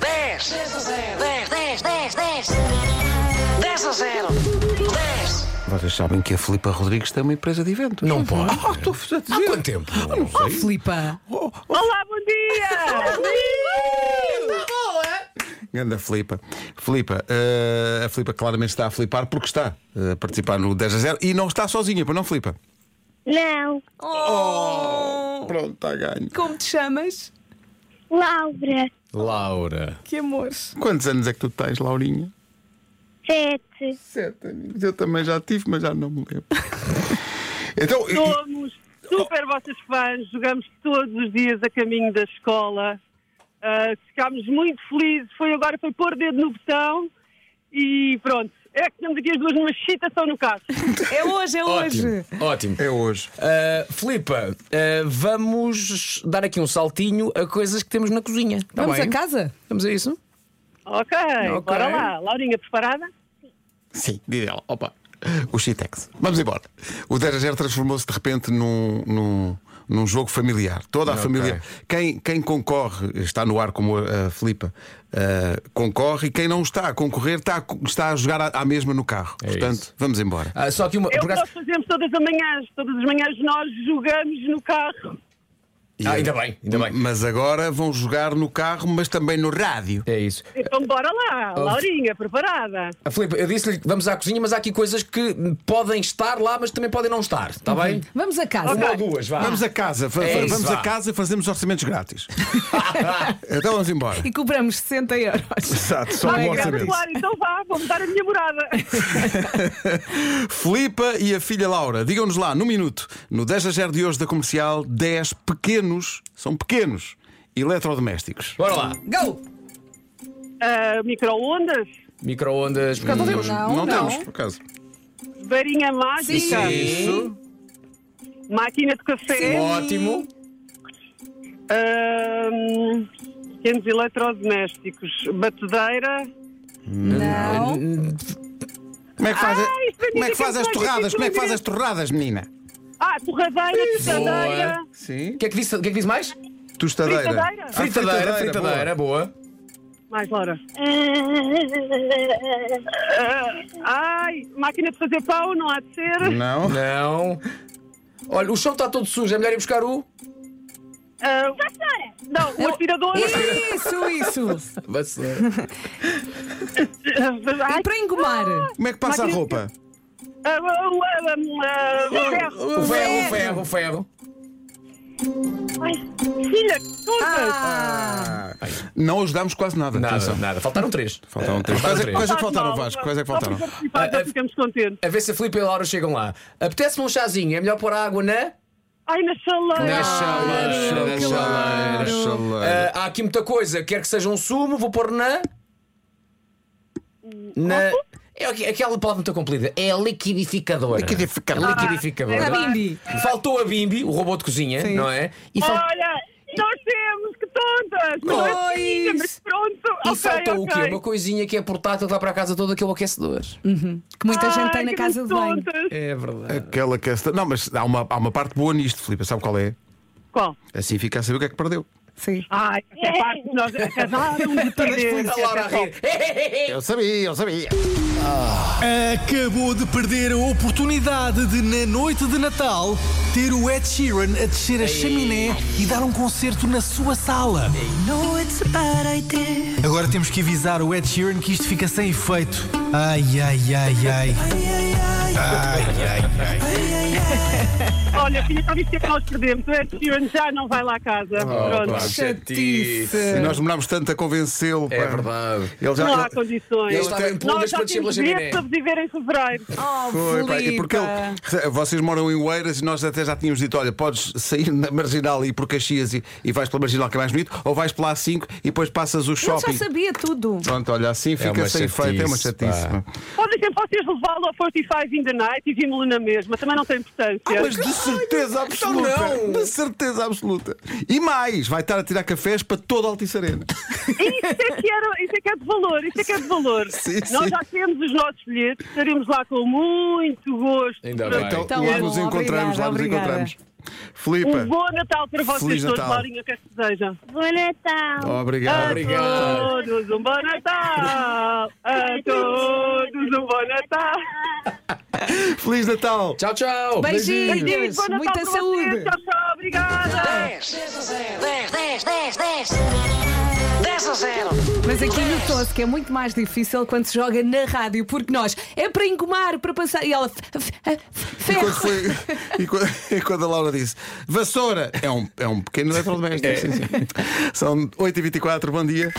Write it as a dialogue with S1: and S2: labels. S1: 10 a 0. 10, 10, 10, 10. 10 a 0. 10.
S2: Vocês sabem que a Filipa Rodrigues tem uma empresa de evento.
S3: Não pode.
S2: Ah, estou a dizer. Ah,
S3: Há quanto tempo?
S2: não
S4: Oh,
S2: sei.
S4: Filipa!
S2: Oh,
S5: Olá, Ah, bom dia!
S2: Anda, Filipa. Filipa, eh, a Filipa claramente está a flipar porque está eh, a participar no 10 a 0 e não está sozinha, pois não, Filipa?
S5: Não,
S2: Pronto, está ganho.
S4: Como te chamas?
S5: Laura,
S3: Laura.
S4: Que amor!
S2: Quantos anos é que tu tens, Laurinha?
S5: sete.
S2: Sete amigos. Eu também já tive, mas já não me lembro. então, e- e-
S6: Somos super vossos fãs, jogamos todos os dias a caminho da escola. Ah, ficámos muito felizes. Foi agora, foi pôr o dedo no botão e pronto. É que temos aqui as duas numa excitação no caso.
S4: É hoje, é hoje!
S3: Ótimo. Ótimo.
S2: é hoje.
S3: Ah, Filipa, ah, vamos dar aqui um saltinho a coisas que temos na cozinha. Tá
S4: Vamos
S3: bem?
S4: a casa?
S3: Vamos a isso?
S6: Ok, bora lá. Laurinha, preparada?
S2: Sim, diz ela. Opa, o Chitex. Vamos embora. O 10 a 0 transformou-se de repente num, num, num jogo familiar. Toda a
S3: Ok.
S2: família. Quem, quem concorre, está no ar como a, a Filipa, eh, concorre e quem não está a concorrer está a, co- está a jogar à, à mesma no carro. Portanto,
S3: É isso.
S2: vamos embora.
S3: Ah, só que uma.
S6: É o
S3: por
S6: que
S3: acaso-
S6: nós fazemos todas as manhãs. Todas as manhãs nós jogamos no carro.
S3: Ah, ainda bem, ainda bem.
S2: Mas agora vão jogar no carro, mas também no rádio.
S3: É isso.
S6: Então bora lá. Laurinha, preparada?
S3: Ah, Filipa, eu disse-lhe que vamos à cozinha, mas há aqui coisas que podem estar lá, mas também podem não estar. Está
S4: Uhum.
S3: bem?
S4: Vamos a casa!
S3: Uma ou duas, vá.
S2: Vamos a casa, fa-
S3: É
S2: fa-
S3: isso,
S2: vamos
S3: vá.
S2: a casa e fazemos orçamentos grátis. então vamos embora.
S4: E cobramos 60 euros.
S2: Exato, só
S4: Não é
S2: um
S4: grátis.
S2: orçamento.
S6: Claro, então vá, vou mudar a minha morada.
S2: Filipa e a filha Laura, digam-nos lá, num minuto, no 10 a 0 de hoje da comercial, 10 pequenos, são pequenos, eletrodomésticos.
S3: Bora lá.
S4: Go!
S6: Ah, Micro-ondas,
S3: Microondas.
S4: não
S3: hum,
S4: temos. Não, não.
S2: temos, por acaso.
S6: varinha mágica,
S3: Isso.
S6: máquina de café,
S3: Ótimo.
S6: Ahm, pequenos eletrodomésticos, batedeira.
S4: Não!
S2: Como é que faz, a-
S6: Ah, isso
S2: como
S6: é
S2: é que
S6: difícil,
S2: faz as
S6: é
S2: torradas?
S6: difícil
S2: Como é que faz
S6: dizer.
S2: as torradas, menina?
S6: Ah, torradeira, tostadeira,
S3: O
S2: Sim.
S3: que é que disse, o que é que disse mais?
S2: Tostadeira.
S6: Fritadeira.
S2: Ah,
S3: Fritadeira, fritadeira, boa.
S6: Mais, Laura.
S5: é
S6: Ah, ai, máquina de fazer pão, não há de ser.
S2: boa. Não.
S3: Não. Olha, o chão está todo sujo, é melhor ir buscar o.
S6: Ah,
S5: tá?
S6: não, um uma aspiradora.
S4: Isso, isso!
S6: Ah, Ai,
S4: E para engomar?
S2: Como é que passa a
S6: Máquina-
S2: roupa?
S6: ah, ah, ah, ah, ah, ferro.
S3: O ferro, o ferro, o ferro.
S5: Ai,
S6: Filha, todas.
S4: Ah!
S2: Não ajudámos quase nada.
S3: Nada,
S2: atenção.
S3: nada. Faltaram três.
S2: Faltaram três.
S3: Faltaram
S2: Quais é,
S3: três.
S2: quais é que faltaram,
S6: Faz mal,
S2: Vasco? Quais é que
S6: só por
S2: faltaram?
S6: participar,
S3: Ah,
S6: já
S3: ah,
S6: ficamos contentes.
S3: A ver se a Filipe e a Laura chegam lá. Apetece-me um chazinho, é melhor pôr água na.
S6: Ai, na chaleira.
S3: chaleira, na chaleira.
S2: Chaleira.
S3: Ah, há aqui muita coisa, quer que seja um sumo, vou pôr na. Na. É aqu- aquela palavra muito comprida. É a liquidificadora.
S2: Liquidificadora.
S3: A liquidificadora.
S4: Ah, é A Bimbi!
S3: Faltou a Bimbi, o robô de cozinha,
S4: Sim.
S3: não é? E fal-
S6: Olha, nós temos, que tontas. Não é
S4: Pois.
S6: pequenina, mas pronto.
S3: E
S6: ok,
S3: faltou o quê?
S6: ok.
S3: Uma coisinha que é portátil que dá para a casa toda, que é o aquecedor.
S4: Que muita gente
S6: Ai,
S4: tem na
S6: que
S4: casa de banho.
S6: tontas.
S3: É verdade.
S2: Aquela que. Não, mas há uma, há uma parte boa nisto, Filipe. Sabe qual é?
S6: Qual?
S2: Assim fica a saber o que é que perdeu.
S4: Sim.
S6: Ai, essa parte que nós acabaram de perder.
S3: A Laura a rir.
S2: Eu sabia, eu sabia.
S7: Acabou de perder a oportunidade de, na noite de Natal, ter o Ed Sheeran a descer a chaminé e dar um concerto na sua sala. Agora temos que avisar o Ed Sheeran que isto fica sem efeito. Ai, ai, ai, ai.
S6: Olha, filha, está a dizer que nós perdemos. O Ed Sheeran já não vai lá à casa. Pronto.
S3: Ah, pá.
S4: Chatice.
S2: E nós demorámos tanto a convencê-lo.
S3: É
S2: pá.
S3: verdade.
S2: Ele já.
S6: Não há
S2: ele-
S6: condições.
S3: Ele estava em pulgas
S6: Nós já
S3: para descer pela
S6: temos
S3: chaminé.
S6: bilhetes para viver em fevereiro.
S4: Oh,
S2: Foi, pá, e porque
S4: Filipa.
S2: ele- vocês moram em Oeiras e nós até já tínhamos dito: olha, podes sair na marginal e ir por Caxias e, e vais pela marginal que é mais bonito, ou vais pela A5 e depois passas o
S4: Ele já
S2: shopping.
S4: sabia tudo.
S2: Pronto, olha, assim fica
S3: uma
S2: sem efeito, é uma
S3: chatice,
S2: chatice.
S3: pá.
S2: pá.
S6: Podem sempre vocês levá-lo ao 45 in the night e vimos-lo na mesma. Também não tem importância.
S2: Ah, mas de certeza absoluta.
S3: não.
S2: De certeza absoluta. E mais, vai estar a tirar cafés para toda a Altice Arena.
S6: Isso é, que era, isso é que é de valor, isso é que é de valor.
S2: Sim,
S6: Nós
S2: sim.
S6: já temos os nossos bilhetes, estaremos lá com muito gosto.
S3: Ainda
S6: Para-
S3: bem.
S2: Então,
S4: Então,
S2: lá
S4: bom,
S2: nos encontramos,
S4: obrigada,
S2: lá nos
S4: obrigada.
S2: encontramos. Filipa.
S6: Um bom Natal para vocês
S2: Então, Feliz
S6: todos,
S2: Natal.
S6: Laurinha, quer que seja.
S5: Bom Natal.
S2: Obrigado.
S6: A todos um bom Natal! A todos um bom Natal!
S2: Feliz Natal.
S3: Tchau, tchau.
S4: Beijinhos.
S6: Beijinhos, bom Natal
S4: Muita
S6: para vocês.
S4: saúde.
S6: Tchau, tchau, obrigada!
S1: 10 10 10 10 a 0.
S4: Mas aqui notou-se que é muito mais difícil quando se joga na rádio, porque nós é para engomar, para passar. E ela. f- f- f-
S2: E quando,
S4: Ferro.
S2: foi- e quando- e quando a Laura disse vassoura, é um, é um pequeno eletrodoméstico. sim, sim. São 8h24, bom dia.